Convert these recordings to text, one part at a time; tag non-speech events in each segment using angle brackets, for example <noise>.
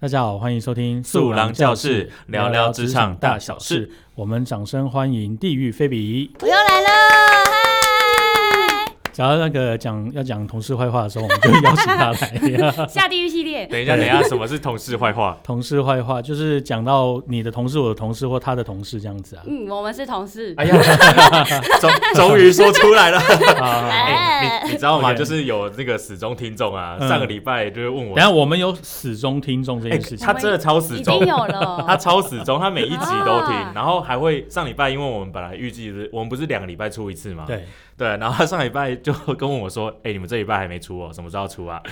大家好，欢迎收听《素狼教室聊聊职场大小事。我们掌声欢迎地狱菲比。我又来 <laughs> 了，只要那个讲要讲同事坏话的时候，我们就邀请他来。 <laughs> 嗨！下地狱系列，等一下，等一下，什么是同事坏话？ <laughs> 同事坏话就是讲到你的同事、我的同事或他的同事这样子啊。嗯，我们是同事，哎呀，终终于说出 <laughs> 来了。啊哎，你你知道吗？ OK 就是有那个死忠听众啊，嗯上个礼拜就是问我等一，下我们有始终听众这哎件事情。他真的超死已忠经，有 <laughs> 他了，超死忠，他每一集都听啊，然后还会上礼拜，因为我们本来预计是我们不是两个礼拜出一次嘛，对，对，然后他上礼拜就跟我说， <laughs> 哎，你们这礼拜还没出哦，什么时候要出啊？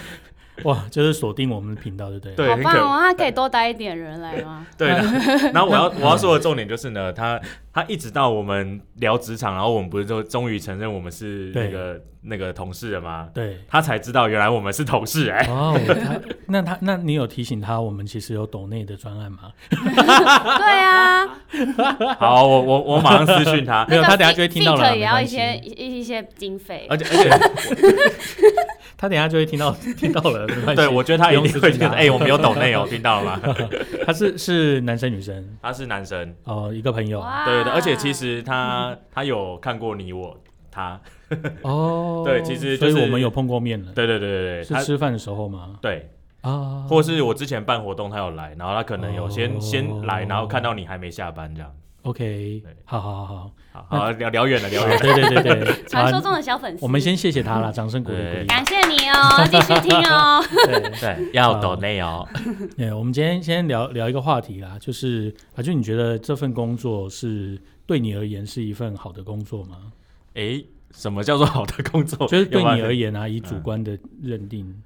哇，就是锁定我们的频道，对不对？对，好很棒可哎哦！那可以多带一点人来 <laughs> 吗？对，然后然后我要我要说的重点就是呢， <laughs> 他他一直到我们聊职场，然后我们不是就终于承认我们是对那个那个同事了吗？对。他才知道原来我们是同 <laughs> 事哎、哦，他那他那你有提醒他，我们其实有抖内的专案吗？，对啊，好，我我我马上私讯 <laughs> 他没有，那他个等下就会听到了啦 fit 也要一些没关一一些经费而，且而且他等一下就会听到 <laughs> 听到了，没关系。对我觉得他一定会觉得不用私讯他哎、我们有抖内哦，听 <laughs> 到了吗？他是是男生女生他是男生，哦，一个朋友哇对对对，而且其实嗯他他有看过你我他，哦。对其实所就以是我们有碰过面了，对对对对对，是他吃饭的时候吗？对，啊，或是我之前办活动他有来，然后他可能有先、哦先来，然后看到你还没下班这样。 OK，对好好好好，好，好嗯聊聊远了，聊远了对对对对， <laughs> 传说好中的小粉丝，我们先谢谢他啦，掌声鼓励鼓励。感谢你 <laughs> 哦，继续听哦， <laughs> 对，对，要嗯抖内哦。对，我们今天先聊聊一个话题啦，就是啊，就你觉得这份工作是对你而言是一份好的工作吗？诶，什么叫做好的工作？就是对你而已。言啊，以主观的认嗯定，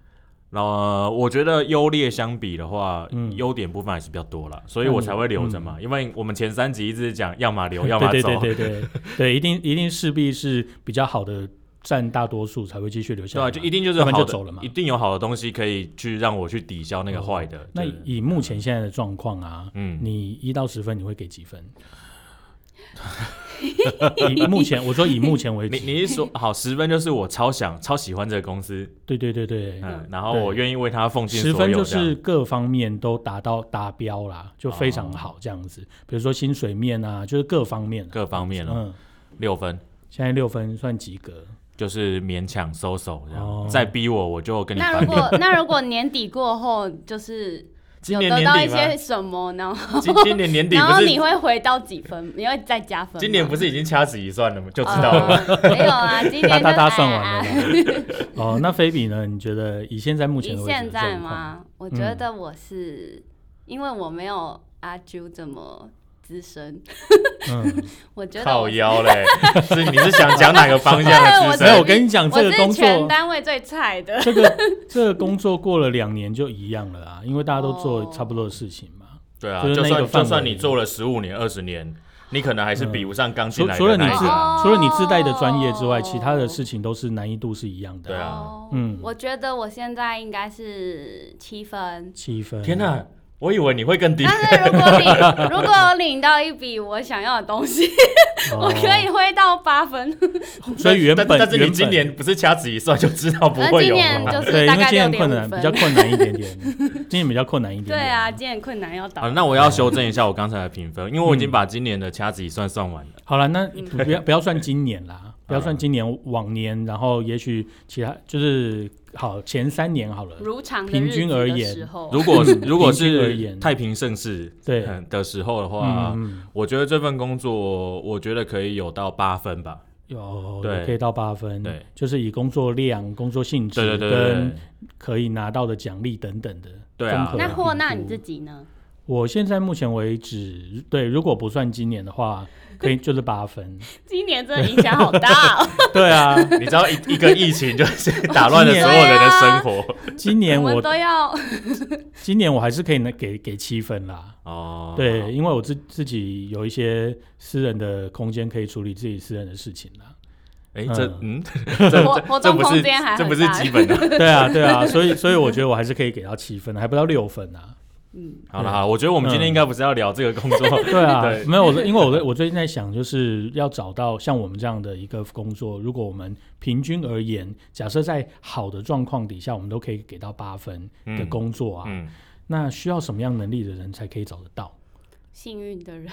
然后呃我觉得优劣相比的话嗯，优点部分还是比较多啦，所以那我你才会留着嘛。因为我们前三集一直讲，要 <laughs> 么留，要么对对走。对对对 <laughs> 对，一定一定势必是比较好的占大多数才会继续留下对来嘛，啊，就一定就是要不然好就的走了嘛一。定有好的东西可以去让我去抵消那个坏的。哦那对以目前现在的状况啊，嗯，你一到十分你会给几分？ <laughs> 以目前我说以目前为你止，你是说 <laughs> 好十分就是我超想超喜欢这个公司，对对对对，嗯，然后我愿意为他奉献十所分有就这样是各方面都达到达标啦，就非常好这样子。比如说薪水面啊，就是各方面啊、哦各方面了。嗯，六分现在六分算及格。就是勉强收手这哦样，再逼我我就跟你那翻如脸。果那如果年底过后就是今有年得年到底一吗些什么，然后今今年年底然不后是你会回到几分？你会再加分吗？今年不是已经掐指一算了吗？就知道了。呃没有啊，今他年他就他哎算哎完了啦。哦，那菲比呢？你觉得以现在目前以为止现的状在况？嗯吗？我觉得我是、因为我没有阿啾这么资深， <laughs> 嗯，我觉得靠我是腰嘞，是你是想讲哪个方向的我资 <laughs> 是没有，我深？跟你讲，我这个工是全作，单位最菜的。这个这个工作过了两年就一样了啊，因为大家都做哦差不多的事情嘛。对啊，就是就那个范围嗯算就算你做了十五年、二十年，你可能还是比不上刚进除来除了的你那一自个啊。哦除了你自带的专业之外，其他的事情都是难易度是一样的。对啊哦嗯。我觉得我现在应该是七分 <laughs> 七分。 <laughs> 天哪，我以为你会更低但。是如果领如果我领到一笔我想要的东西，哦 <laughs> 我可以挥到八分。所以原本但但是原你本哦今年不是掐指一算就知道不那会啊今有 <laughs> 年吗？就是对，因大为概今年6.5困难比分较困难一点点，今年比较困难一点对点。啊，，今年困难要好，到。那我要修正一下我刚才的评分，因为我已经把今年的掐指一算算完了。好了，那嗯不不要不要算今年啦，不嗯要算今年往年，然后也许其他就是好前三年好了。如常的平日均子而的言啊时候，如果如嗯果平均而是言太平盛世对嗯的时候的话，嗯，我觉得这份工作，我觉得可以有到八分吧。有对也可以到八分，对，就是以工作量、工作性对质对对对对跟，可以拿到的奖励等等的。对啊综合那霍纳评你估自己呢？我现在目前为止，对，如果不算今年的 <laughs> 话，可以就是八分。今年真的影响好大、哦，对啊，你知道一一个疫情就是打乱了所有人的生活 <laughs> 今年我我们都要 <laughs> 今年我还是可以能给给七分啦。啊哦对，，因为我自自己有一些私人的空间可以处理自己私人的事情啦。 <laughs> 哎，这嗯，活活这动不空是间还这不很是大。基本的。对啊，对啊，所以所以我觉得我还是可以给到七分，还不到六分 <laughs> 啊。嗯，好了好了，我觉得我们今天应该不是要聊这个 <laughs> 工作，对啊，对没有，我因为我我最近在想，就是要找到像我们这样的一个工作，如果我们平均而言，假设在好的状况底下，我们都可以给到八分的嗯工作啊，嗯，那需要什么样能力的人才可以找得到？幸运的人，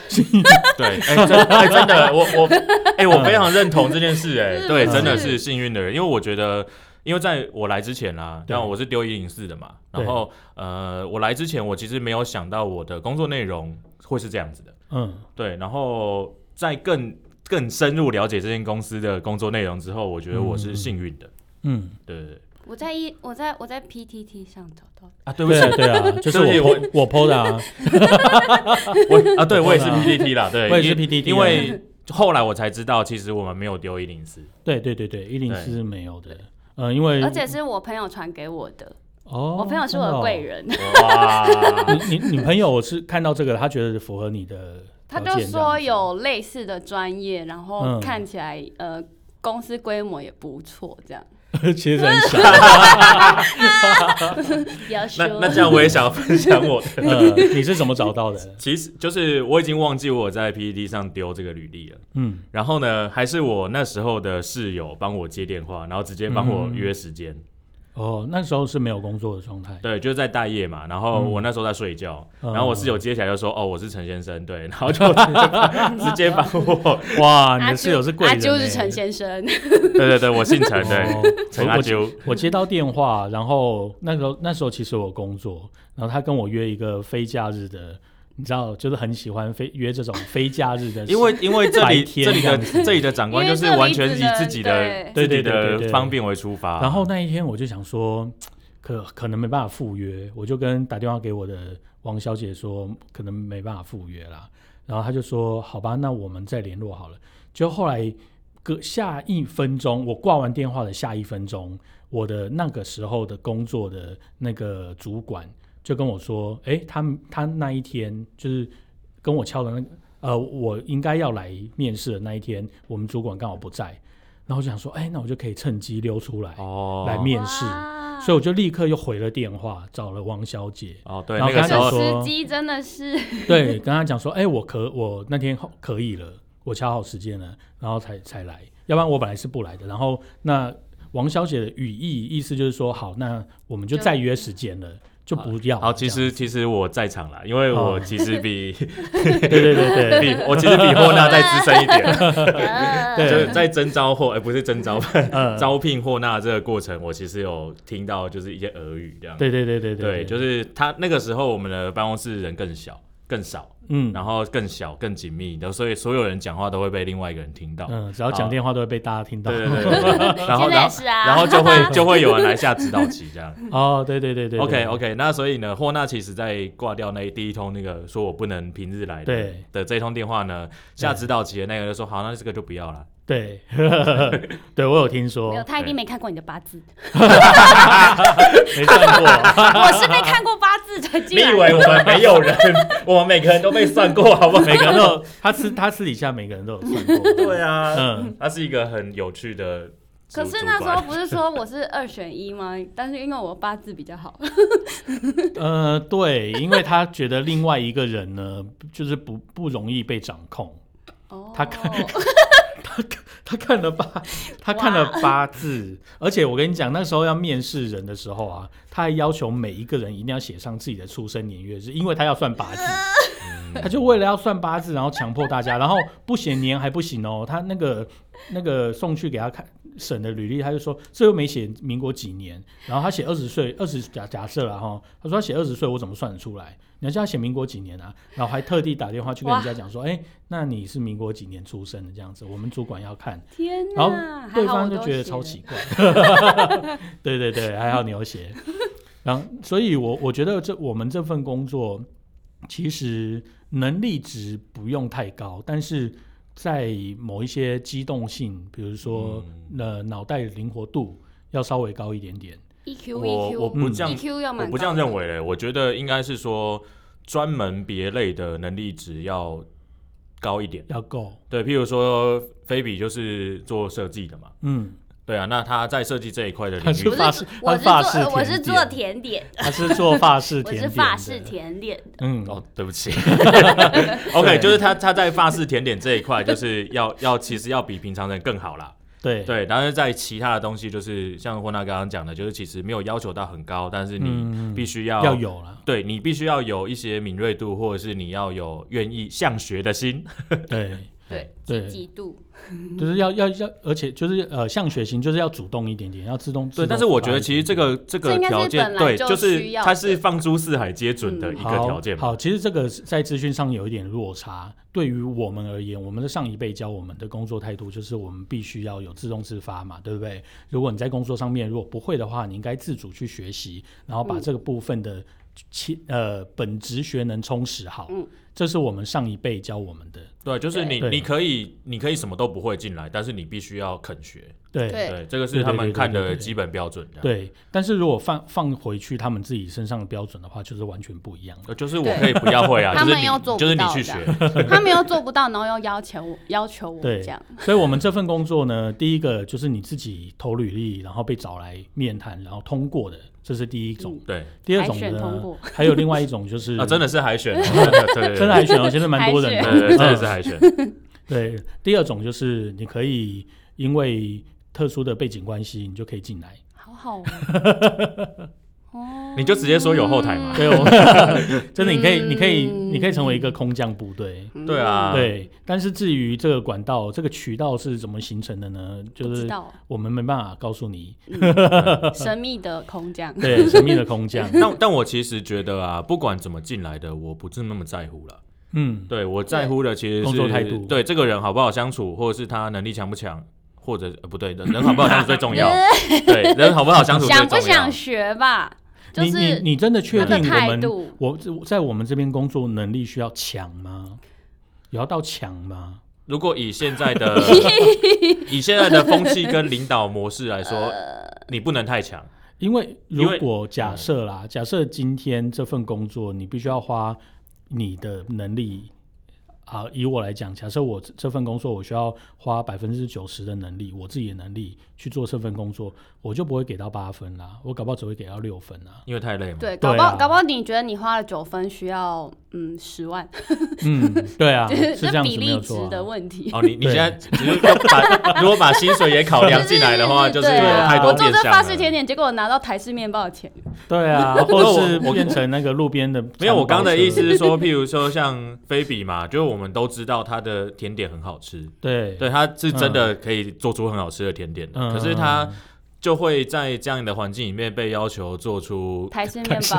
对，哎、真哎真的，我 <laughs> 我哎、我非常认同这件事、哎，是对，不真的是是幸运的人，因为我觉得，因为在我来之前啦，对然后我是丢一零四的嘛，对然后呃，我来之前我其实没有想到我的工作内容会是这样子的，嗯，对，然后在更更深入了解这间公司的工作内容之后，我觉得嗯我嗯是嗯幸运的，嗯，对对对，我在一我在我在 PTT 上找到啊，对不对起啊，，对 <laughs> 啊，就是对我不我 PO 的 <laughs> 啊，我啊，对我也是我 PPT 啦，对，我也是因 PTT 因啊为后来我才知道，其实我们没有丢一 <laughs> 零四，对对对对，一零四是没有的，呃，因为而且是我朋友传给我的，哦，我朋友是真我的的哦贵。人，哇，你你你朋友是看到这个，他觉得符合你的他条件，就这样说子有类似的专业，然后嗯看起来、呃公司规模也不错，这样。 <laughs> 其实很小，<laughs> 要那说那这样我也想要分享我的，呃，你是怎么找到的？其实就是我已经忘记我在 PPT 上丢这个履历了。嗯，然后呢，还是我那时候的室友帮我接电话，然后直接帮嗯我约时间。哦，那时候是没有工作的状态，对，就是在大夜嘛，然后我那时候在睡觉，嗯然后我室友接起来就说：“哦，我是陈先生。”对，然后就直接帮我，哇，你阿的啾室友是贵人、阿欸，啾是陈先生，对对对，我姓陈，对，哦陈我阿我啾，我接到电话，然后那时候那时候其实我工作，然后他跟我约一个非假日的，你知道，就是很喜欢非约这种非假日的事，因为因为这白里天这里这的样子这里的长官就是完全以自己的因为这自里己只能对的方便为出发，然后那一天我就想说，可可能没办法赴约，我就跟打电话给我的王小姐说，可能没办法赴约啦。然后她就说，好吧，那我们再联络好了。就后来隔下一分钟，我挂完电话的下一分钟，我的那个时候的工作的那个主管就跟我说，诶，他他那一天就是跟我敲的那个。呃，我应该要来面试的那一天，我们主管刚好不在，然后我就想说，哎、那我就可以趁机溜出来，哦，来面试哇所以我就立刻又回了电话，找了王小姐 <laughs> 哦对，然后那个刚时才候说这时机真的是 <laughs> 对，跟她讲说，哎、我可我那天后可以了，我掐好时间了，然后才才来，要不然我本来是不来的。然后那王小姐的语义意思就是说，好，那我们就就再约时间了，就不要了。好，其实其实我在场啦，因为我哦其实 <laughs> 比、这样对对对对，比我其实比霍纳再资深一点，就呃对是在征招霍，哎、不是征招，呃， <laughs> 招聘霍纳这个过程，我其实有听到就是一些俄语这样。对对对对对，就是他那个时候我们的办公室人更小、更少，嗯然后更小、更紧密，然后所以所有人讲话都会被另外一个人听到。嗯，只要讲电话都会被大家听到对。对对对 <laughs> 对，然后然现在也后是啊，然后就 <laughs> 会就会有人来下指导棋这样。哦，对对对对 OK OK，那所以呢，霍纳其实在挂掉那第一通那个说我不能平日来的对的这通电话呢，下指导棋的那个就说好，那这个就不要了。对对，对我有听说 <laughs> 没有，，他一定没看过你的八 <laughs> 字，没算过。我是被看过八字才进你来以的。为我 <laughs> 们没有人，我们每个人都被算过，好不好？每个人都有，他私他私底下每个人都有算过。 <laughs> 对啊，嗯，他是一个很有趣的主。可是那主时候管不是说我是二选一吗？但是因为我八字比较好，呃，对，因为他觉得另外一个人呢，就是不不容易被掌控。哦，他看他看了八，他看了八字，而且我跟你讲，那时候要面试人的时候啊，他还要求每一个人一定要写上自己的出生年月日，因为他要算八字。他就为了要算八字，然后强迫大家，然后不写年还不行哦。他那个那个送去给他看审的履历，他就说这又没写民国几年，然后他写二十岁，二十假假设了哈，他说他写二十岁，我怎么算得出来？你要叫他写民国几年啊？然后还特地打电话去跟人家讲说，哎，那你是民国几年出生的这样子，我们主管要看。天然后哪，对还好我方就都觉得写超了奇怪。 <laughs> 对对对，还好你有写。然后，所以我我觉得这我们这份工作其实能力值不用太高，但是在某一些机动性，比如说、呃脑袋灵活度要稍微高一点点。 EQ 我 EQ，我不这样 EQ 嗯 E 要我蛮不这样认为嘞，我觉得应该是说专门别类的能力值要高一点。要够，对，譬如说菲比就是做设计的嘛，嗯，对啊，那他在设计这一块的他领是域高法的。式我是法我式是做我是甜做点甜点，他是做法式 <laughs> 我甜点，是法式，甜点，嗯，哦，对 <laughs> 不起，OK，对就是他他在法式甜点这一块，就是要要其实要比平常人更好啦。对对，然后在其他的东西，就是像霍娜刚刚讲的，就是其实没有要求到很高，但是嗯嗯你嗯必须要有了，对你必须要有一些敏锐度，或者是你要有愿意向学的心。对对，对极 <laughs> 度就是要要要，而且就是呃，向学型就是要主动一点点，要自动。对，自动但是我觉得发一其实点这个这这个应该是条件本，来对，就就是需要它的是放诸四海皆准的嗯一个好条件嘛。好，其实这个是在资讯上有一点落差。对于我们而言，我们的上一辈教我们的工作态度就是我们必须要有自动自发嘛，对不对？如果你在工作上面如果不会的话，你应该自主去学习，然后把嗯这个部分的其呃本职学能充实好。嗯这是我们上一辈教我们的。对，就是你对你可以你可以什么都不会进来，但是你必须要肯学。对对对，这个是对他对们对看对对的对基本标准。这样，对，但是如果放放回去他们自己身上的标准的话，就是完全不一样的。呃就是我可以不要会啊，就对是 <laughs> 他们又做你不就是你到去这学样。 <laughs> 他们又做不到，然后又要求我要求我对这样，所以，我们这份工作呢，第一个就是你自己投履历，然后被找来面谈，然后通过的，这是第一种。对第二种嗯海选通呢过， <laughs> 还有另外一种就是啊，真 <laughs> 的是海 <laughs> 选，对对 <laughs> 对真的海选哦，现在蛮多人对对，的， <laughs> 对真的是嗯海 <laughs> 选。 <laughs> 对。第二种就是你可以因为特殊的背景关系，你就可以进来。<laughs> 好好哦。哦你就直接说有后台嘛对，我 <laughs> 真的你可嗯以，你可以，你可以成为一个空降部队。对啊，对，但是至于这个管道、这个渠道是怎么形成的呢？就不知是 <laughs> 道我们没办法告诉你。神秘的空降，对，神秘的空降。 <laughs> 但但我其实觉得啊，不管怎么进来的，我不是那么在乎了。嗯，对我在乎的其实是工作态度对这个人好不好相处，或者是他能力强不强，或者、呃、不对，人人好不好相处最重 <laughs> 要。对，人好不好相处最重想要。不想学吧？就你你是你真的确他定的我态们度，我这在我们这边工作能力需要强吗？有要到强吗？如果以现在 <laughs> 的以现在的风气跟领导模式来说，呃你不能太强。因为如因为果假设啦，假设今天这份工作你必须要花你的能力。啊，以我来讲，假设我这这份工作，我需要花百分之九十的能力，我自己的能力去做这份工作，我就不会给到八分啦，我搞不好只会给到六分啊啦。因为太累嘛。对对，搞不好啊搞不好你觉得你花了九分，需要嗯十万，嗯，对 <laughs> 啊，就是是这样比子没例有值错、的啊。问题。哦，你你对现在只是要把如果把薪水也考哦量进来的 <laughs> 话，就是有对啊太我多做变这相法式了甜。点，结果我拿到台式面包的钱，对 <laughs> 啊，或我是我变成那个路边的餐包车。没有，我刚的意思是 <laughs> 说，譬如说像菲比嘛，就是我们都知道它的甜点很好吃，对对，它是真的可以做出很好吃的甜点的，嗯可是它就会在这样的环境里面被要求做出。台式面包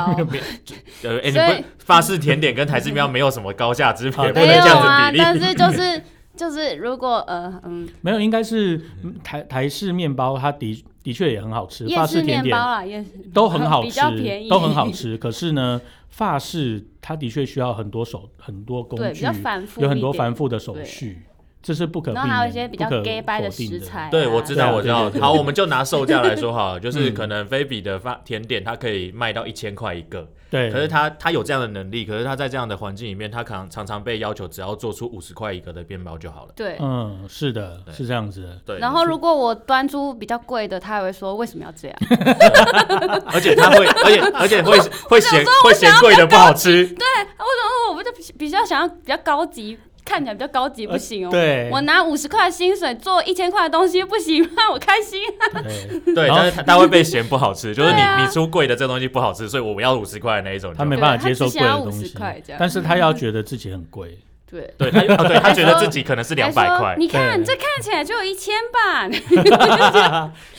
呃，哎、所以你不法式甜点跟台式面包没有什么高下之啊别，不对能没有这啊样，子但比例。是就是就是如果呃嗯没有，应该是嗯台台式面包，它的的确也很好吃，夜法市式甜面点包啦，夜市都很好比吃较便宜，都很好吃。可是呢，法式它的确需要很多手、很多工对比具较，繁复一点，有很多繁复的手续，这是不可避然免。后还有一些比较不可 gay 掰的否定食材啊，对，我知道，对啊我知道对对。对好，我们就拿售价来说好了，就是嗯可能菲比的发甜点，它可以卖到一千块一个，对，可是他他有这样的能力，可是他在这样的环境里面，他常常常被要求只要做出五十块一个的面包就好了。对。嗯，是的，对是这样子的。对，然后如果我端出比较贵的，他还会说为什么要这样？而且他会，而且而且会会嫌会嫌贵的不好吃，啊，我说哦，我就比比较想要比较高级，看起来比较高级不行哦。对我拿五十块薪水做一千块的东西不行让我开心。啊对， <laughs> 对，然后但是他他会被嫌不好吃，就是对啊你你出贵的这东西不好吃，所以我要五十块的那一种 <laughs> 就。他没办法对他接受只贵想要的东50西块这，样但是他要觉得自己很贵。对，对他，哦对他觉得自己可能是还两说百块，你看对这看起来就有一千吧，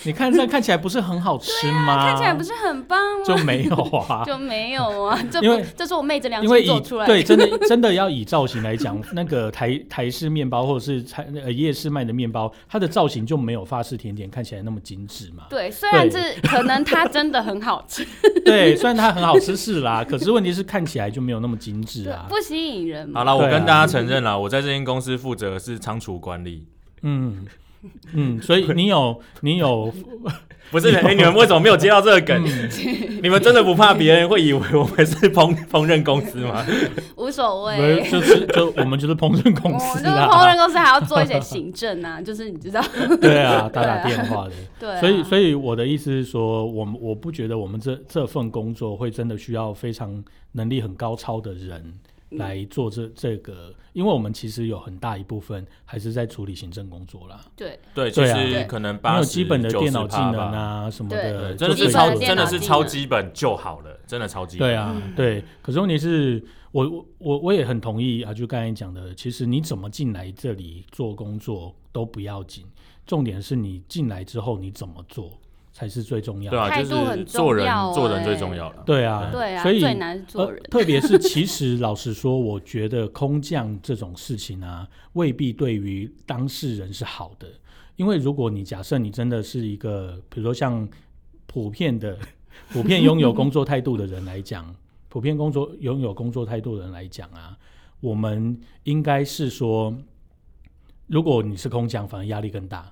你看这样看起来不是很好吃 <laughs> 吗？啊看起啊来不是很棒吗？。就没有啊就没有啊，这因为不这是我昧着良因为心以做出来的。对，真 <laughs> 的真的要以造型来讲，那个台台式面包或者是台呃夜市卖的面包，它的造型就没有法式甜点看起来那么精致 <laughs> 嘛。对，虽然对这可能它真的很好吃，对，虽然它很好吃是啦，可是问题是看起来就没有那么精致对啊。不吸引人嘛好。了，我对啊跟大家承认了，我在这间公司负责的是仓储管理，嗯嗯，所以你有你有不是？哎，你们为什么没有接到这个梗？嗯 <laughs> 你们真的不怕别人会以为我们是烹烹饪公司吗？无所不谓是。就是就我们就是烹饪公我们司就是烹啦饪，公司还要做一些行政啊，就是你知道，对啊，打对打啊电话的。对啊、所以，所以我的意思是说，我们我不觉得我们这这份工作会真的需要非常能力很高超的人来嗯做这这个，因为我们其实有很大一部分还是在处理行政工作啦，对， <laughs> 对，其对啊实可能没八有十基本的电脑技能， 90%吧啊什么的，对，真的就可是以超做基真的本的电脑是技能嗯超基本就好了，真的超基本。对啊，对。可是问题是我我我我也很同意啊，就刚才讲的，其实你怎么进来这里做工作都不要紧，重点是你进来之后你怎么做才是最重要的。对啊，态就度很是做人重要做人最欸重要了。对啊，对啊，所以最难是做人 <laughs> 呃。特别是其实老实说，我觉得空降这种事情啊，未必对于当事人是好的，因为如果你假设你真的是一个，比如说像普遍的、普遍拥有工作态度的人来讲，普遍工作拥有工作态度的人来讲啊，我们应该是说，如果你是空降，反而压力更大。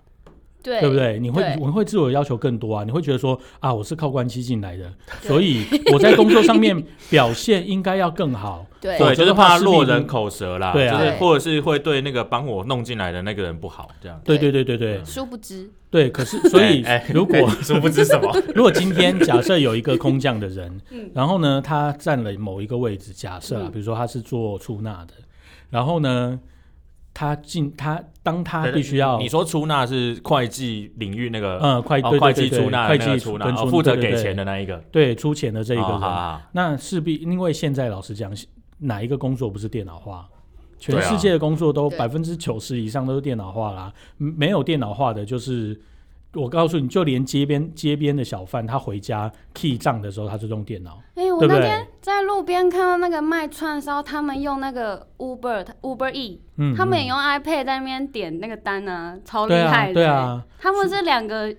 对对不对？你会对你会自我要求更多啊，你会觉得说啊，我是靠关系进来的，对所以我在工作上面表现应该要更好。对否对，则就的是话怕势必落你人口舌啦，对啊就是对或者是会对那个帮我弄进来的那个人不好，这样。对对对对对对殊不知，对，可是所以哎哎如果哎 <laughs> 殊不知什么，如果今天假设有一个空降的人嗯， <laughs> 然后呢他占了某一个位置，假设啊，嗯比如说他是做出纳的，然后呢他进他当 <laughs> 他必须要你说出纳是会计领域那个呃会哦对会对计对对出纳的会那个计出纳，跟哦出负责对对给对钱的那一个对出钱的这一个哦人好，好好那势必，因为现在老实讲，哪一个工作不是电脑化？全对啊世界的工作都对百分之九十以上都是电脑化啦，嗯没有电脑化的就是，我告诉你，就连街边街边的小贩，他回家 key 账的时候，他就用电脑。哎、我对不那对天在路边看到那个卖串烧，他们用那个 Uber Uber E，、嗯，他们嗯也用 iPad 在那边点那个单啊，超厉对害啊，的、欸对，啊，他们是两个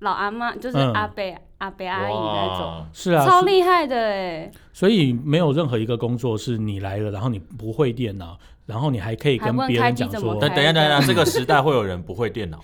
老阿妈，就是嗯阿伯、阿伯阿姨那种，啊哇是啊，超是厉害的哎、所以没有任何一个工作是你来了，然后你不会电脑，然后你还可以还跟问别开人机讲怎么说，等等一下，等 <laughs> 一下，这个时代会有人不会电脑，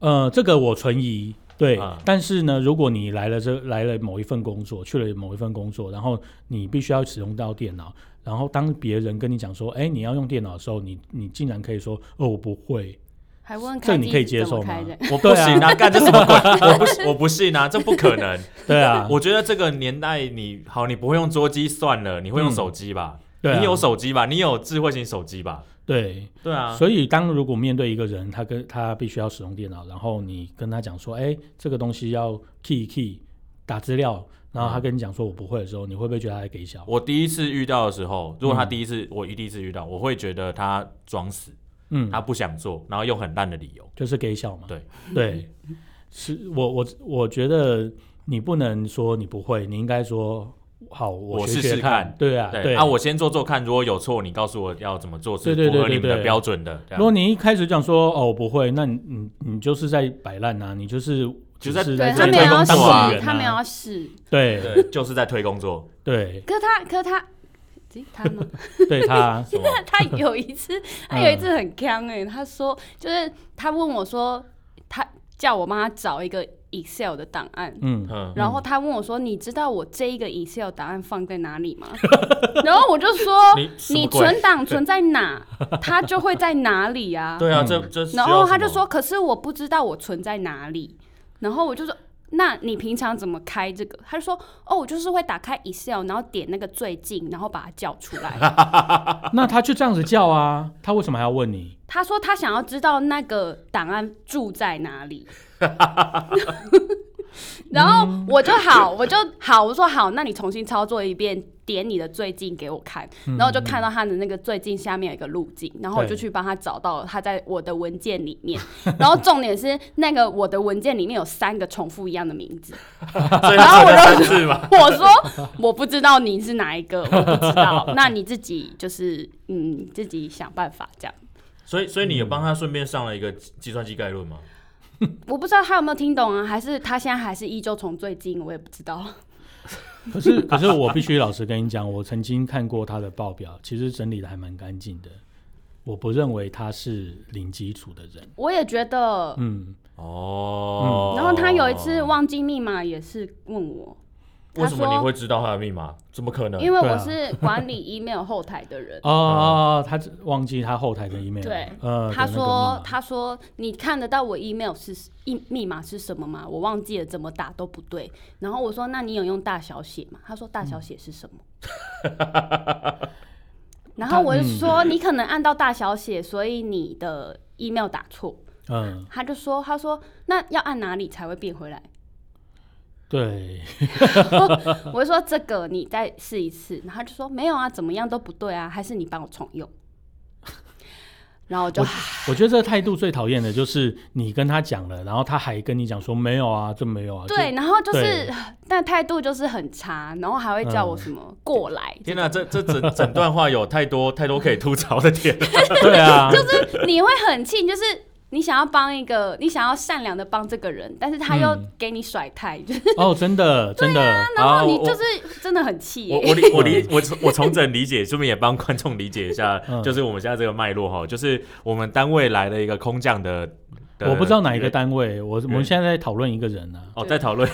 呃，这个我存疑。对，啊但是呢，如果你来了这来了某一份工作，去了某一份工作，然后你必须要使用到电脑，然后当别人跟你讲说，哎，你要用电脑的时候，你你竟然可以说，哦，我不会，还问这开你可以机接怎受么吗开的？？我不行 <laughs> 啊，干这什么鬼？我不我不信啊，这不可能。对 <laughs> 啊，我觉得这个年代你好，你不会用桌机算了，你会用嗯手机吧？对啊你有手机吧？你有智慧型手机吧？对，对啊，所以当如果面对一个人，他跟他必须要使用电脑，然后你跟他讲说，哎，这个东西要 key 一 key 打资料，然后他跟你讲说我不会的时候，你会不会觉得他在给小？我第一次遇到的时候，如果他嗯第一次、我一第一次遇到，我会觉得他装死，嗯，他不想做，然后用很烂的理由。就是给小嘛。对对，是我我我觉得你不能说你不会，你应该说好，我我试学试学看看。对啊，对啊，我先做做看，如果有错，你告诉我要怎么做，是对对符合对对你们的对标准的。这如果样你一开始讲说哦我不会，那你你你就是在摆烂啊，你就是只就在是对这他里们没也有当工要试，作啊当他们也员啊，要试。对对，就是在推工作。对可是他，可是他，诶他吗？对他什么？ <laughs> 他有一次，他有一嗯次很坑哎、他说就是他问我说，他叫我帮他找一个 Excel 的档案。嗯。嗯，然后他问我说：“你知道我这一个 Excel 档案放在哪里吗？” <laughs> 然后我就说你：“什么你鬼存档存在哪，它就会在哪里啊。 <laughs> 对啊，嗯这这”需要然后他就什么说：“可是我不知道我存在哪里。”然后我就说：“那你平常怎么开这个？”他就说：“哦，我就是会打开 Excel，然后点那个最近，然后把它叫出来。”那他就这样子叫啊，他为什么还要问你？他说他想要知道那个档案住在哪里。 <laughs> 然后我就好，我就好，我说好，那你重新操作一遍，点你的最近给我看，然后我就看到他的那个最近下面有一个路径，然后我就对去帮他找到了他在我的文件里面，然后重点是那个我的文件里面有三个重复一样的名字， <laughs> 所以然他后我存了三就次嘛，我说我不知道你是哪一个，我不知道，那你自己就是嗯自己想办法这样。所以所以你嗯有帮他顺便上了一个计计算机概论吗？我不知道他有没有听懂啊，还是他现在还是依旧从最近，我也不知道。 <laughs> 可是可是我必须老实跟你讲，我曾经看过他的报表，其实整理的还蛮干净的。我不认为他是零基础的人。我也觉得，嗯，哦，然后他有一次忘记密码也是问我，为什么他说你会知道他的密码？怎么可能？因为对我啊是管理 email 后台 <laughs> 的人。哦哦，哦他只忘记他后台的 email 了。对呃，他的那个密说码：“他说你看得到我 email 是密密码是什么吗？我忘记了，怎么打都不对。”然后 <laughs> 我说：“那你有用大小写吗？”他说：“大小写是什么？”然后我就说嗯你可能按到大小写，所以你的 email 打错。嗯，他就说他说那要按哪里才会变回来？对，我就说这个你再试一次，然后他就说没有啊，怎么样都不对啊，还是你帮我重用。然后我就我觉得这个态度最讨厌的就是你跟他讲了，然后他还跟你讲说没有啊，这没有啊，对，然后就是对但态度就是很差，然后还会叫我什么过来，天哪、这这整整段话有太多太多可以吐槽的点了。就 <laughs> 对啊， <laughs> 就是你会很气，就是你想要帮一个，你想要善良的帮这个人，但是他又嗯给你甩态，就是哦，真 <laughs> 的真的，然啊后你我就是真的很气我耶。我理我理我我从整理解，顺便也帮观众理解一下， <laughs> 嗯就是我们现在这个脉络哈，就是我们单位来了一个空降的，<laughs> 的我不知道哪一个人单位，我我们现在在讨论一个人啊，哦，在讨论。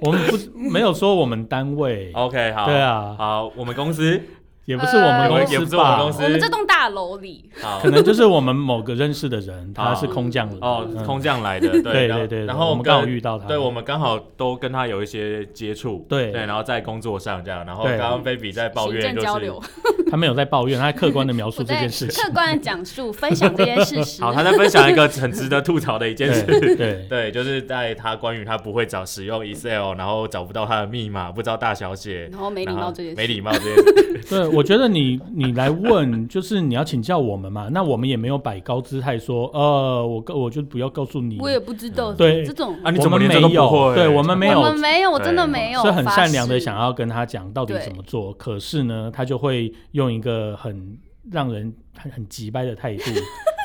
我们不是没有说我们单位， <laughs> OK，好，对啊好，我们 <laughs> 公司也不是我们呃公也不司是我们吧，公司我们这栋大楼里，好可能就是我们某个认识的人，他是空降人 <laughs> 哦，嗯空降来的，对对然后对对，对然后我们刚好跟遇到他，对，我们刚好都跟他有一些接触，对对，然后在工作上这样，然后对刚刚 baby 在抱行怨政就交是流，，他没有在抱怨，他在客观的描述 <laughs> 我这在件事情，客观的讲述、分享这件事实好，。他在分享一个很值得吐槽的 <laughs> 一件事，对对对，就是在他关于他不会找使用 Excel，然后找不到他的密码，不知道大小写，然后没礼然貌后这件没事，礼貌这 <laughs> 件事，对，我觉得你你来问，就是你要请教我们嘛，那我们也没有摆高姿态说，呃，我告我就不要告诉你，我也不知道。嗯对这种啊你我怎么们连没这都不有，会对我们没有我们没有，我真的对没有，是很善良的发想誓。要跟他讲到底对怎么做，可是呢，他就会用一个很让人很很急掰的 <laughs> 态度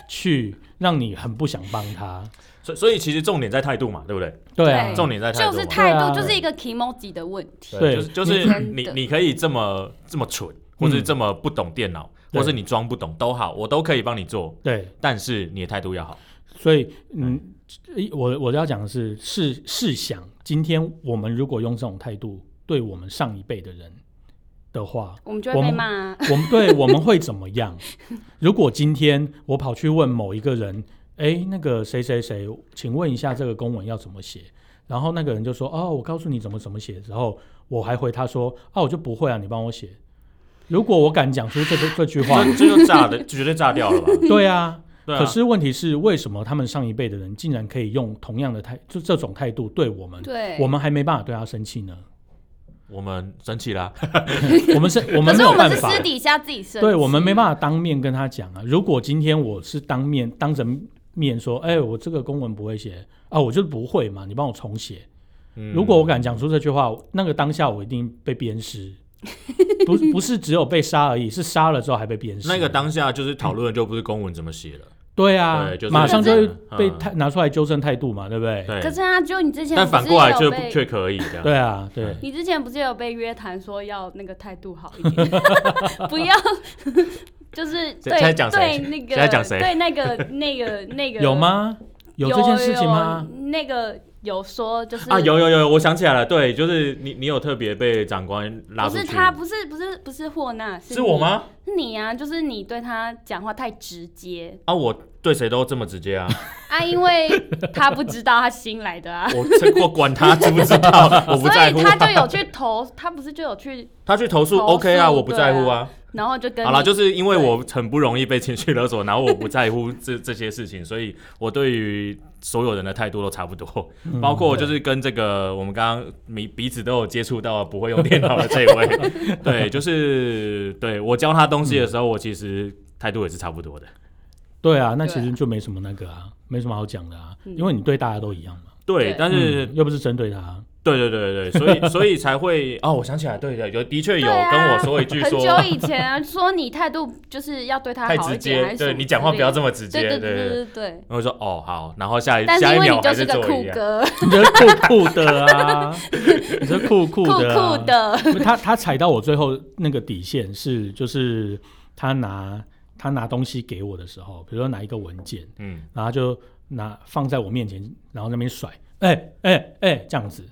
去让你很不想帮他。所以所以其实重点在态度嘛，对不对？对啊对，重点在态哎就度嘛是，态对啊度，就是一个 k i m o j i 的问题。对嗯就是就你是真你的你可以这么这么蠢，或是这么不懂电脑，对或是你装不懂都好，我都可以帮你做，对，但是你的态度要好。所以嗯，一我我要讲的是，试试想，今天我们如果用这种态度对我们上一辈的人的话，我们就我会被们嗯骂啊。我们对我们会怎么样？如果今天我跑去问某一个人，哎，那个谁谁谁，请问一下这个公文要怎么写？然后那个人就说，哦，我告诉你怎么怎么写。然后我还回他说，啊，我就不会啊，你帮我写。如果我敢讲出这这句话，这这就炸的，绝对炸掉了吧？对啊。对啊可是问题是，为什么他们上一辈的人竟然可以用同样的态，就这种态度对我们，对，我们还没办法对他生气呢？ <laughs> 我们生气啦，我们是，我可们没是有我们办是法。私底下自己生气，对我们没办法。法当面跟他讲啊。如果今天我是当面当着面说，哎、我这个公文不会写啊，我就不会嘛，你帮我重写。嗯如果我敢讲出这句话，那个当下我一定被鞭尸， <laughs> 不是不是只有被杀而已，是杀了之后还被鞭尸。那个当下就是讨论的就不是公文怎么写了，对啊，对就是马上就会被嗯态拿出来纠正态度嘛，对不对？对可，是啊，就你之前，但反过来却不被，嗯却可以这样。对啊，对。你之前不是有被约谈说要那个态度好一点， <laughs> 不要就是现在对讲对谁那个现在讲谁对那个那个那个有？吗？有这件事情吗？有？有那个有说就是啊，有有有，我想起来了，对，就是你你有特别被长官拉不出是去，他，不是不是不是霍纳，是我你？吗？是你啊，就是你对他讲话太直接 <laughs> 啊，我对谁都这么直接啊，啊，因为他不知道他新来的啊，我这我管他知不知道， <laughs> 我不所在以乎他啊。就有去投，他不是就有去，他去投诉投诉 OK 啊，我不在乎对啊。然后就跟好了，你就是因为我很不容易被情绪勒索，然 <laughs> 后我不在乎这这些事情，所以我对于所有人的态度都差不多，包括就是跟这个我们刚刚彼彼此都有接触到不会用电脑的这一位，对，就是对我教他东西的时候，我其实态度也是差不多的。对啊，那其对实啊就没什么那个啊，没什么好讲的啊，嗯因为你对大家都一样嘛，啊对对，但是、嗯又不是针对他。对对对对，所以所以才会哦，我想起来，对对，有的确有对啊跟我说一句很说、久以前啊，说你态度就是要对他太好直一点，还接，是对你讲话不要这么么直接，对对对对对对。然后我说哦好，然后下一但是下一因为秒你就还是个做酷一样。哥， <laughs> 你这酷酷的 <laughs> 啊，你这酷酷酷的、啊，酷的，不他他踩到我最后那个底线是，就是他拿他拿东西给我的时候，比如说拿一个文件，嗯，然后他就拿放在我面前，然后那边甩，哎哎哎这样子，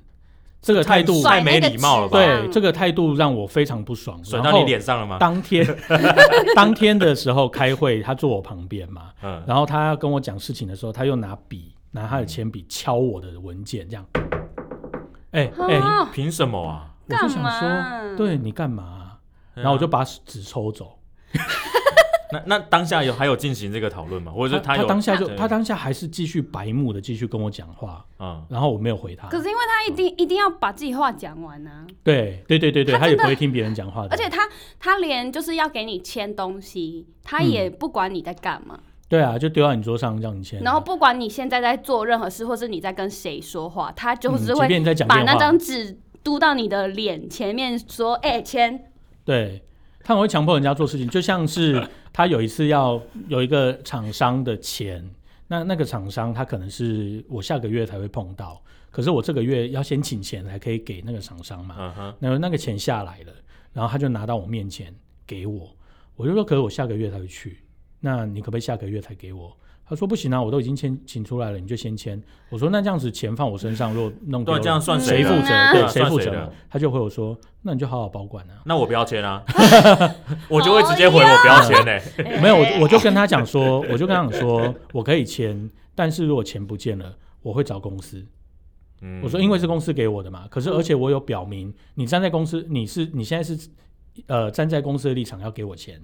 这个态度，太甩那没个礼貌了纸吧对棒这个态度让我非常不爽。甩然到后你脸上了吗？当天 <laughs> 当天的时候开会，他坐我旁边嘛，嗯，然后他要跟我讲事情的时候，他又拿笔拿他的铅笔敲我的文件，这样。哎哎、啊凭什么啊？我就干想嘛说，对你干嘛啊、对啊然后我就把纸抽走。那那当下有还有进行这个讨论吗？或者他是有当下就对他当下还是继续白目的继续跟我讲话，嗯然后我没有回他。 <laughs> 可是因为他一定一定要把自己话讲完啊，对对对对对，他他也真的不会听别人讲话的。而且他他连就是要给你签东西，他嗯也不管你在干嘛，对啊，就丢到你桌上让你签啊。然后不管你现在在做任何事，或是你在跟谁说话，他就是嗯会即便你在讲把电那话，张纸嘟到你的脸前面 <laughs> 说：“哎、签。对，他很会强迫人家做事情，就像是 <laughs> 他有一次要有一个厂商的钱，那那个厂商他可能是我下个月才会碰到，可是我这个月要先请钱才可以给那个厂商嘛，嗯哼，然后那个钱下来了，然后他就拿到我面前给我，我就说可是我下个月才会去，那你可不可以下个月才给我？他说不行啊，我都已经签请出来了，你就先签。我说那这样子钱放我身上，如果弄丢嗯对，了，这样算谁的负责？嗯对对，啊谁算负谁责的嘛？他就回我说，那你就好好保管啊。那我不要签 <laughs> 啊，我就会直接回我不要欸签呢、哎 <laughs> 没有， <laughs> 我我就跟他讲说，我就跟他讲说，我可以签，但是如果钱不见了，我会找公司。嗯我说，因为是公司给我的嘛，可是而且我有表明，你站在公司，你是你现在是呃站在公司的立场要给我钱，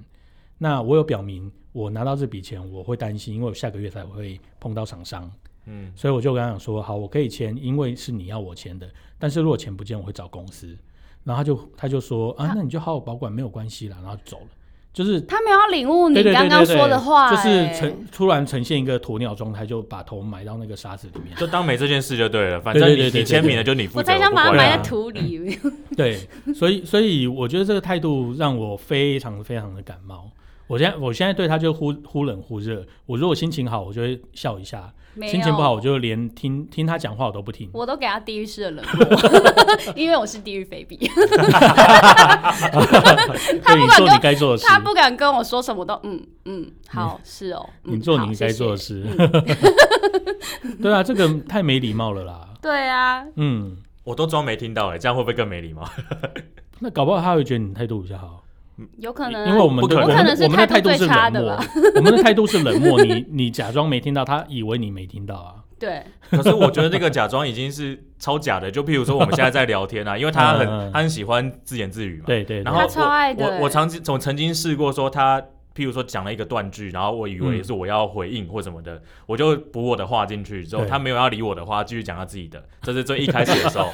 那我有表明，我拿到这笔钱我会担心，因为我下个月才会碰到厂商，嗯所以我就跟他讲说，好，我可以签，因为是你要我签的，但是如果钱不见，我会找公司。然后他就他就说啊，那你就好好保管，没有关系啦，然后就走了，就是他没有领悟你对对对刚刚对对说的话、就是哎呈突然呈现一个鸵鸟状态，就把头埋到那个沙子里 <laughs> 面。就当没这件事就对了，反正对你对对对你签名了就你负责。我才想把它不管埋啊在土哎 <laughs> 里。对，所以所以我觉得这个态度让我非常非常的感冒。我现在我现在对他就忽忽冷忽热。我如果心情好，我就会笑一下；没 <laughs> 有心情不好，我就连听听他讲话我都不听。我都给他地狱式的冷漠， <laughs> <laughs> 因为我是地狱菲比，他对，不你敢做跟你该做的事，他不敢跟我说什么都嗯嗯好是哦，嗯你做好你该做的谢谢事。 <laughs> 对啊，这个太没礼貌了啦。对啊，嗯，我都装没听到哎、这样会不会更没礼貌？那搞不好他会觉得你态度比较好。有可能啊因为我们不可的能我们我可的能是我们的态态度度最是差冷的漠吧， <laughs> 我们的态度是冷漠，你你假装没听到，他以为你没听到啊。对 <laughs> 可是我觉得这个假装已经是超假的。就譬如说我们现在在聊天啊，因为他很、嗯嗯他很喜欢自言自语嘛。。对对，对然后他超我爱的我欸我曾经我曾经试过说他，譬如说讲了一个断句，然后我以嗯为是我要回应或什么的，我就补我的话进去之后，对他没有要理我的话，继续讲他自己的。这是最一开始 <laughs> 的时候。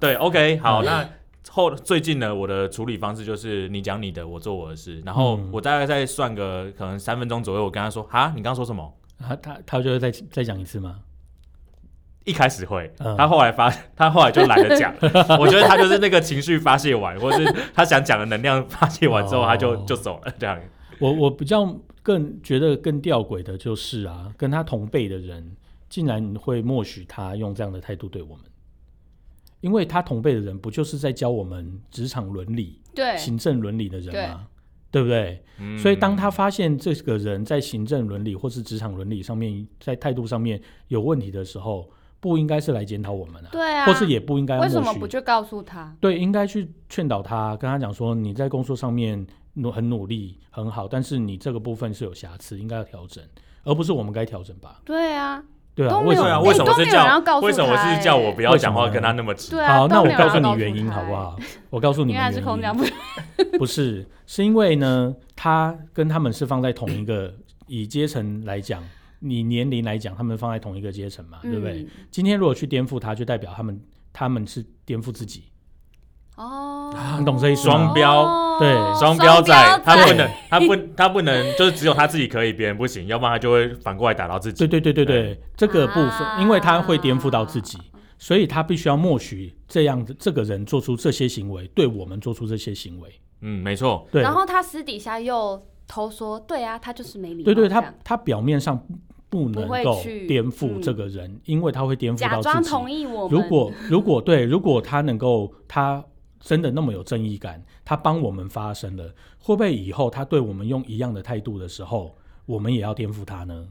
对，OK，好，嗯那。后最近呢，我的处理方式就是你讲你的，我做我的事，然后嗯我大概再算个可能三分钟左右，我跟他说哈，你刚刚说什么？他他他就会再再讲一次吗？一开始会，嗯他后来发，他后来就懒得讲。我觉得他就是那个情绪发泄完，或是他想讲的能量发泄完之后，哦他就就走了这样。我我比较更觉得更吊诡的就是啊，跟他同辈的人竟然会默许他用这样的态度对我们，因为他同辈的人不就是在教我们职场伦理、对，行政伦理的人吗？对不对？所以嗯当他发现这个人在行政伦理或是职场伦理上面，在态度上面有问题的时候，不应该是来检讨我们啊，对啊，或是也不应该要为什默么许不去告诉他？对，应该去劝导他，跟他讲说你在工作上面努很努力很好，但是你这个部分是有瑕疵，应该要调整，而不是我们该调整吧？对啊，对啊，都为没什有对么啊，哎为什么都没是有人要叫告诉哎为什么他是叫我不要讲话，跟他那么直？对啊，好，那都我没有告人诉你告原因他好不？好？我告诉你啊 <laughs> 原来们是原空因啊降，部， <laughs> 不是，是因为呢，他跟他们是放在同一个，以阶层来讲，你年龄来讲，他们放在同一个阶层嘛，对不对？嗯？今天如果去颠覆他，就代表他们他们是颠覆自己，哦，你懂这意思吗双标哦对双标仔，他双标仔不能，他不，他不能，就是只有他自己可以，别人不行，要不然他就会反过来打到自己对。对对对对，这个部分，因为他会颠覆到自己啊，所以他必须要默许这样的这个人做出这些行为，对我们做出这些行为。嗯，没错，对，然后他私底下又偷说，对啊，他就是没礼貌。对对，他这样他表面上不能不会够去颠覆嗯这个人，因为他会颠覆假到装自己。同意我如们。果如果对，如果他能够他真的那么有正义感，他帮我们发声了，会不会以后他对我们用一样的态度的时候，我们也要颠覆他呢？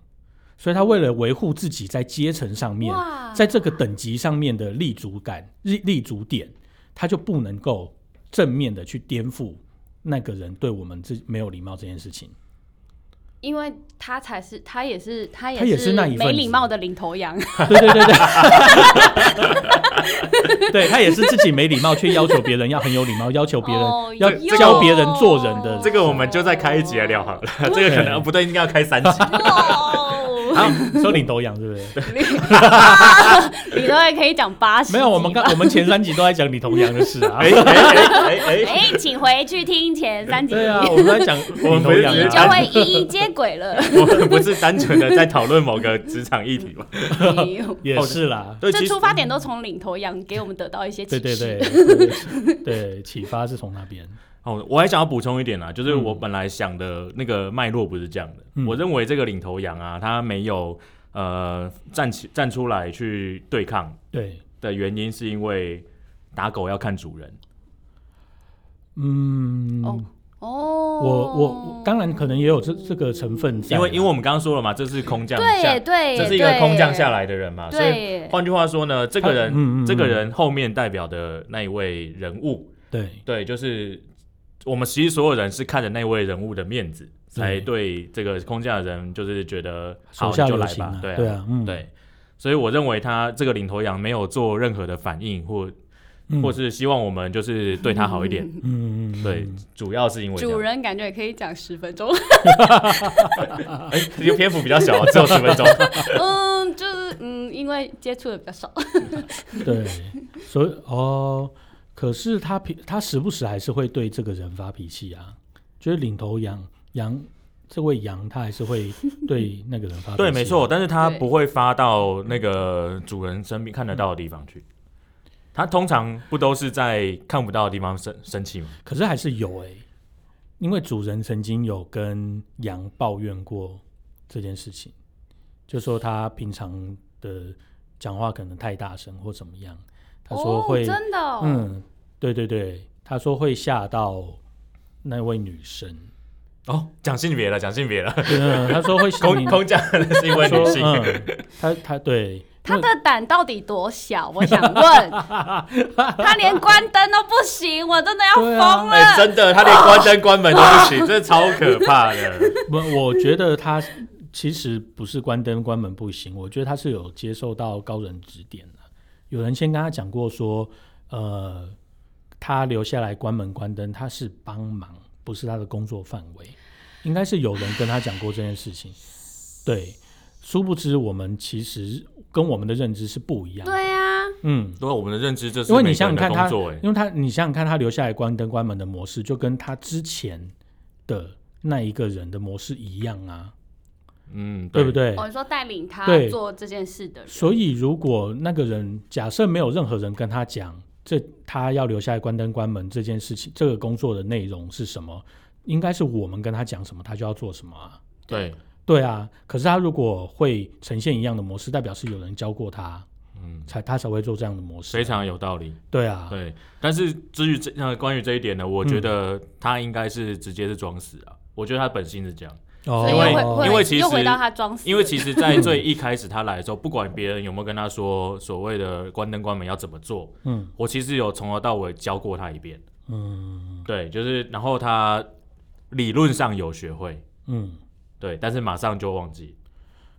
所以他为了维护自己在阶层上面哇，在这个等级上面的立足感、立立足点，他就不能够正面的去颠覆那个人对我们这没有礼貌这件事情。因为他才是他也是他他也是是那一份没子礼貌的领头羊，对对对对，对他也是自己没礼貌，却要求别人要很有礼貌，要求别人、哦要哟教别人做人的。这个我们就再开一集来聊好了，这个可能不对，应该要开三 <laughs> 集。 <laughs> 哦，啊说领头羊对不对？ <laughs> 你都还可以讲八十集吧，没有，我们刚我们前三集都在讲领头羊的事 <laughs> 啊。哎哎哎哎哎，哎，请回去听前三集，对啊，我们在讲 <laughs> 我们领不头是羊只你是就啊。会一一接轨 <laughs> 了。我们不是单纯的在讨论某个职场议题吧？没有也是啦，对，这其实出发点都从领头羊给我们得到一些启对示。对对对对，启发是从那边。哦，我还想要补充一点啦，就是我本来想的那个脉络不是这样的。嗯我认为这个领头羊啊，他没有呃站起站出来去对抗对，的原因，是因为打狗要看主人。嗯，哦哦，我我当然可能也有这这个成分在啦，因为因为我们刚刚说了嘛，这是空降对下耶，对耶，这是一个空降下来，来的人嘛，所以对耶，换句话说呢，这他个人、嗯嗯嗯这个人后面代表的那一位人物，对对，就是我们其实所有人是看着那位人物的面子，才对对这个空降的人就是觉得手好你下就留来情吧啊，，对啊，对啊，嗯，对所以我认为他这个领头羊没有做任何的反应，或、嗯，或是希望我们就是对他好一点。嗯嗯嗯对，主要是因为这样主人感觉也可以讲十分 <laughs> 钟。哎，这个篇幅比较小，只有十 <laughs> 分钟。啊嗯，就是嗯，因为接触的比较少。 <laughs> 对，所以哦，可是他脾他时不时还是会对这个人发脾气啊，就是领头羊羊这位羊，他还是会对那个人发脾气、啊 <laughs> 对，没错，，但是他对不会发到那个主人身边看得到的地方去。他通常不都是在看不到的地方生生气吗？可是还是有哎、因为主人曾经有跟羊抱怨过这件事情，就说他平常的讲话可能太大声或怎么样， <laughs> 他说会、哦、真的、哦，嗯，对对对，他说会吓到那位女生。 <laughs> 哦，讲性别了，讲性别了，嗯，他说会空空降的是一位女性，说嗯，他他对，他的胆到底多小？我 <laughs> 想问，他连关灯都不行，我真的要对啊疯 <laughs> 了。哎、真的，他连关灯关门都不 <laughs> 行，这超可怕的。我我觉得他其实不是关灯关门不行，我觉得他是有接受到高人指点的。有人先跟他讲过说，呃，他留下来关门关灯，他是帮忙，不是他的工作范围，应该是有人跟他讲过这件事情。对，殊不知我们其实跟我们的认知是不一样的。对啊，嗯，对我们的认知，这是因为你每个想想人的看工他作、哎，因为他你想想看，他留下来关灯关门的模式，就跟他之前的那一个人的模式一样啊，嗯，对不？对？我、哦你说带领他对做这件事的人，所以如果那个人假设没有任何人跟他讲这他要留下来关灯关门这件事情，这个工作的内容是什么，应该是我们跟他讲什么，他就要做什么啊。对，对啊，可是他如果会呈现一样的模式，代表是有人教过他，嗯，才他才会做这样的模式非啊。常有道理。对啊，对，但是至于这呃关于这一点呢，我觉得他应该是直接是装死啊。我觉得他本性是这样，哦所以因又为会会因为其实又回到他装死的，因为其实，在最一开始他来的时候，不管别人有没有跟他说所谓的关灯关门要怎么做，嗯我其实有从头到尾教过他一遍。嗯对，就是然后他理论上有学会，嗯，对，但是马上就忘记。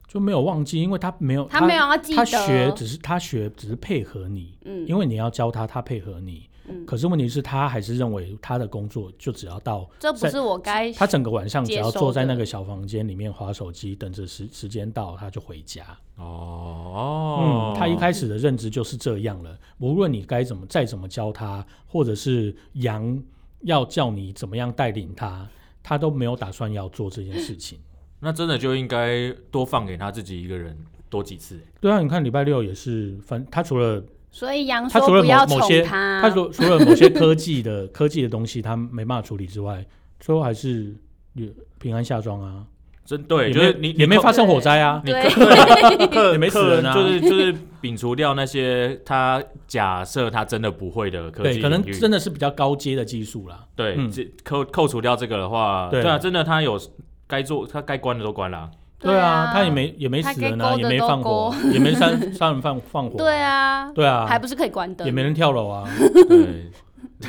就没有忘记，因为他没有他没有要记得，他学只是他学只是配合你，嗯因为你要教他，他配合你。嗯可是问题是，他还是认为他的工作就只要到这不在是我该他整个晚上只要接收坐在那的个小房间里面划手机，等着时时间到他就回家。哦，嗯，他一开始的认知就是这样了。无论你该怎么再怎么教他，或者是羊要叫你怎么样带领他，他都没有打算要做这件事情。那真的就应该多放给他自己一个人多几次。欸对啊，你看礼拜六也是，反他除了所以杨他说除了不要某某些宠他，他除除了某些科技的 <laughs> 科技的东西，他没办法处理之外，最后还是也平安下庄啊，真对，也就没是有你也没发生火灾啊，你对，克也没死人啊就是就是摒除掉那些他假设他真的不会的科技对，可能领域真的是比较高阶的技术啦，对，嗯这扣扣除掉这个的话，对对啊，真的他有该做他该关的都关 <laughs> 了啊，对啊，他也啊，没也没他死该人啊，勾也的没都放勾火，也没杀杀人放放火， <laughs> 对，啊，对还啊，不是可以关灯，也没人跳楼啊，对，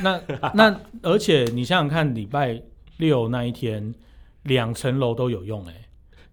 那那而且你想想看，礼拜六那一天，两层楼都有用哎、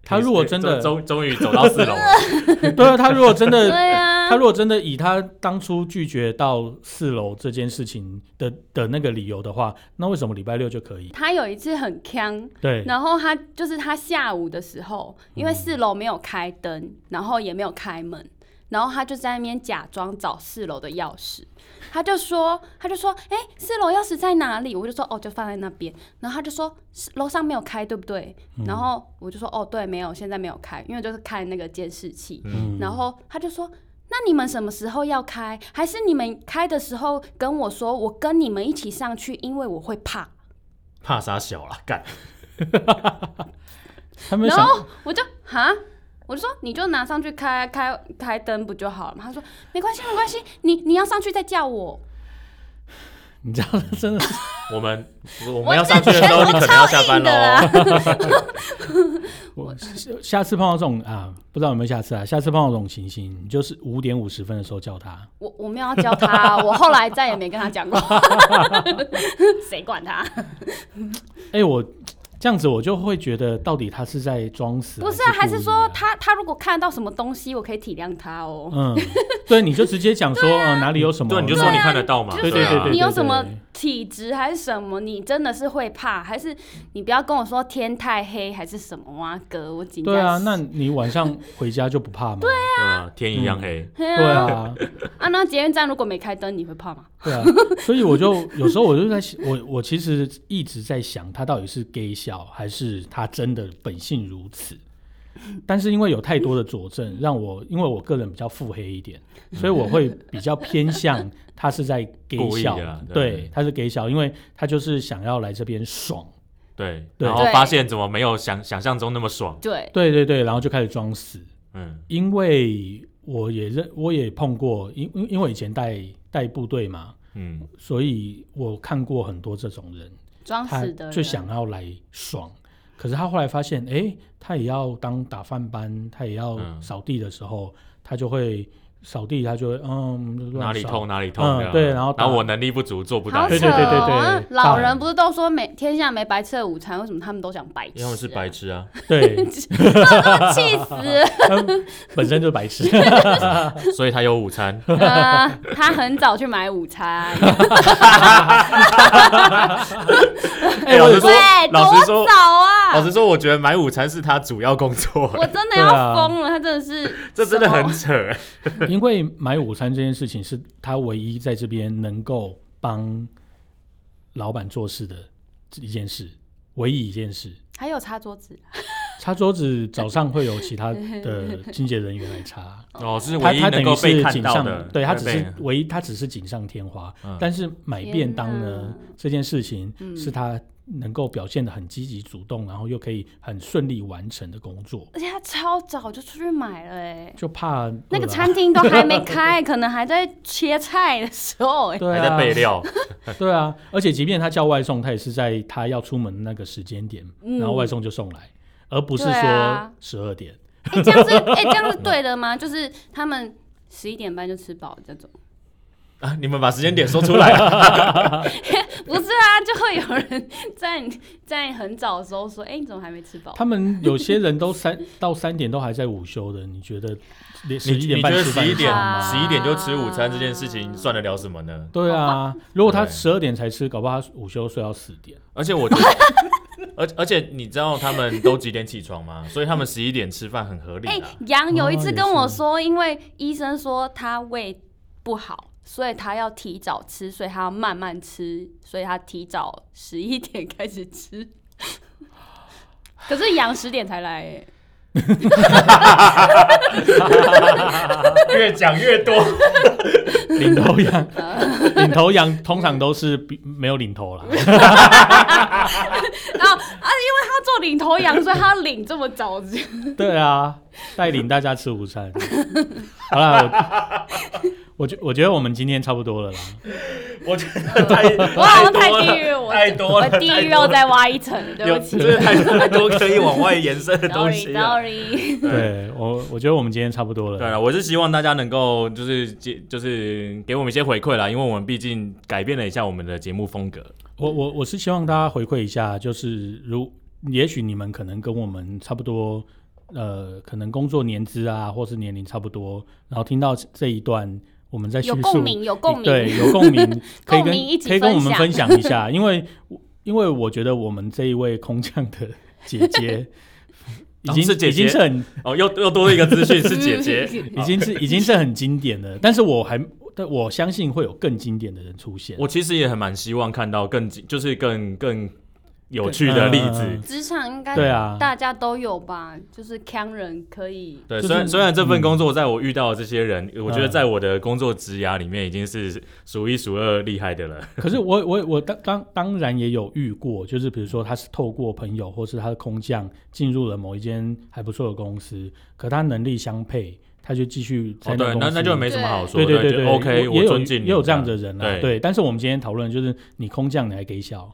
他如果真的，终终于走到四楼了， <laughs> 对啊，他如果真的 <laughs> 对啊他，如果真的以他当初拒绝到四楼这件事情的的那个理由的话，那为什么礼拜六就可以？他有一次很呛，对，嗯然后他就是他下午的时候，因为四楼没有开灯，然后也没有开门，然后他就在那边假装找四楼的钥匙，他就说，他就说，哎、四楼钥匙在哪里？我就说，哦，就放在那边。然后他就说，是楼上没有开，对不对？嗯然后我就说，哦，对，没有，现在没有开，因为就是看那个监视器。嗯然后他就说。那你们什么时候要开？还是你们开的时候跟我说，我跟你们一起上去，因为我会怕。怕啥小了， <laughs> 干，他们然想后我就哈，我就说你就拿上去开开开灯不就好了吗？他说没关系没关系，你你要上去再叫我。你知道， <laughs> 真的是我们我我们要上去的时候，你可能要下班的喽。啦，我下次碰到这种啊，不知道有没有下次啊？下次碰到这种情形，你就是五点五十分的时候叫他，我我没有要教 <laughs> 他，我后来再也没跟他讲过， <laughs> 谁管他？啊哎、我这样子我就会觉得，到底他是在装死、不是啊，啊，还是故意说啊？他他如果看到什么东西，我可以体谅他哦。嗯，对，你就直接讲说，呃，哪里有什么？对，你就说你看得到嘛，啊就是对对对你有什么对体质还是什么，你真的是会怕，还是你不要跟我说天太黑还是什么啊哥，我紧张对啊，死那你晚上回家就不怕吗？对啊，对啊，天一样黑，对对啊， <laughs> 啊，那捷运站如果没开灯，你会怕吗？ <laughs> 对啊，所以我就有时候我就在想我我其实一直在想，他到底是 gay 笑还是他真的本性如此？但是因为有太多的佐证，让我因为我个人比较腹黑一点，所以我会比较偏向他是在 gay 故意笑的啊，对对，他是 gay 笑，因为他就是想要来这边爽，对，对然后发现怎么没有想想象中那么爽，对，对对对，然后就开始装死，嗯因为我也认我也碰过，因因因为我以前带带部队嘛，嗯，所以我看过很多这种人。装他哦死的人就想要来爽，可是他后来发现，哎、他也要当打饭班，他也要嗯扫地的时候，他就会扫地，他就会嗯乱哪里扫痛哪里痛嗯，这样啊对然后打然后我能力不足做不到好，扯对哦对对对对啊大老人人不是都说每天下没白吃的午餐，为什么他们都讲白吃、啊？因为他们是白，痴啊， <laughs> 对，气死本身就是白痴， <laughs> <laughs> 所以他有午餐，了、啊！他很早去买午餐，哎、老我实有说对，老多实说 <laughs> 早啊！老实说，我觉得买午餐是他主要工作， <laughs> 我真的要啊疯了，他真的是，这真的很扯。因为买午餐这件事情是他唯一在这边能够帮老板做事的一件事，唯一一件事。还有擦桌子，擦桌子早上会有其他的清洁人员来擦，哦，是他唯一他能等于够被是看锦到上，的，对他只被是唯一，他只是锦上添花。嗯但是买便当天哪呢，这件事情嗯是他能够表现的很积极主动，然后又可以很顺利完成的工作，而且他超早就出去买了、哎。就怕饿那个啦餐厅都还没开，可能还在切菜的时候、哎，对还啊在备 <laughs> 料，对啊，而且即便他叫外送，他也是在他要出门那个时间点，嗯然后外送就送来，而不是对说啊十二点。哎、 <laughs> 这样是哎、这样是对的吗？就是他们十一点半就吃饱这种。 <laughs> 啊，你们把时间点说出来啊，不是啊，就会有人 <laughs> 在你在很早的时候说：“哎、你怎么还没吃饱他们有些人都三 <laughs> 到三点都还在午休的，你觉得 <laughs> 十你一点你觉半得吃饭十一点吗啊十一点就吃午餐这件事情算得了什么呢？对啊，如果他对十二点才吃，搞不好他午休睡到四点。而且我觉得，而 <laughs> 而且你知道他们都几点起床吗？所以他们十一点吃饭很合？”理哎、啊。杨有一哦次也跟我是说，因为医生说他胃不好，所以他要提早吃，所以他要慢慢吃，所以他提早十一点开始吃。 <laughs> 可是杨十点才来、哎，哎 <laughs> 越讲越多，领头 <laughs> 羊，领头羊通常都是比没有领头啦。然后啊，因为他做领头羊，所以他要领这么 <laughs> 早，这样对啊，带领大家吃午餐。好啦，我我觉我觉得我们今天差不多了啦。我觉得太我好像太太多地狱，了我太多我了，地太狱多要了再挖一层，对有不起真的太太多可以往外延伸的东西啊，sorry 了。 sorry。对我我觉得我们今天差不多了。对了，我是希望大家能够就是接就是给我们一些回馈啦，因为我们毕竟改变了一下我们的节目风格。我我我是希望大家回馈一下，就是如也许你们可能跟我们差不多，呃，可能工作年资啊，或是年龄差不多，然后听到这一段，我们在叙有述共鸣，有共鸣，对，有共 <laughs> 鸣，可以共鸣一跟起可以跟我们分分享一下， <laughs> 因为因为我觉得我们这一位空降的姐姐已 <laughs> 哦经、是姐已经姐是很哦，又又多了一个资讯是姐 <laughs> 姐，已经是已经是很经典的，但是我还但我相信会有更经典的人出现。我其实也很蛮希望看到更就是更更有趣的例子。嗯职场应该对啊大家都有吧，就是坑人可以就对，是虽然虽然这嗯份工作在我遇到的这些人，我觉得在我的工作职涯里面已经是数一数二厉害的了。可是我我我当当当然也有遇过，就是比如说他是透过朋友或是他的空降进入了某一间还不错的公司，可他能力相配，他就继续在哦，对，公那司。那就没什么好说对的。对对就对 OK，我我也有尊敬你也有这样的人啊，对对。但是我们今天讨论就是你空降你还给小，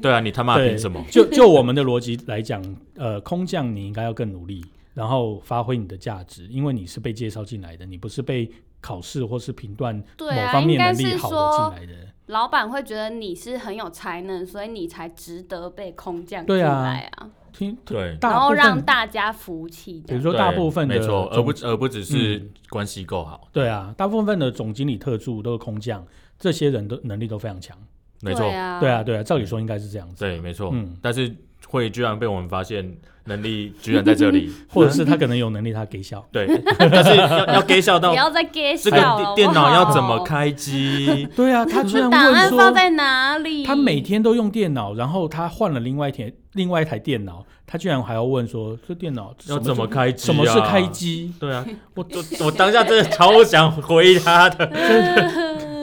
对啊，你他妈对凭什么？就 <laughs> 就我们的逻辑来讲，呃，空降你应该要更努力，然后发挥你的价值，因为你是被介绍进来的，你不是被考试或是评断某对啊方面应该能力是好说的进来的。老板会觉得你是很有才能，所以你才值得被空降进对啊来啊，听，对，大然后部分让大家服气这比如样。说大部分的对没错，而总不而不只是嗯关系够好，对啊，大部分的总经理特助都是空降，这些人都能力都非常强。没错对，啊，对啊，对啊，照理说应该是这样子。对，没错嗯。但是会居然被我们发现能力居然在这 <laughs> 里，或者是他可能有能力，他给笑。对，但是要要 gay 笑不到要再 get 这笑个了电电脑要怎好么不好？开机？对啊，他居然档问案说放，在哪里？他每天都用电脑，然后他换了另外一台另外一台电脑，他居然还要问说这电脑要怎怎么开机？啊什么是开？机？对啊，我我我当下真的超想回他的。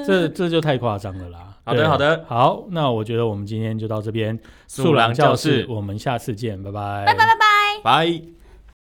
这这就太夸张了啦。好的对好的，好，那我觉得我们今天就到这边。素狼教室我们下次见，拜拜，拜拜拜拜。拜。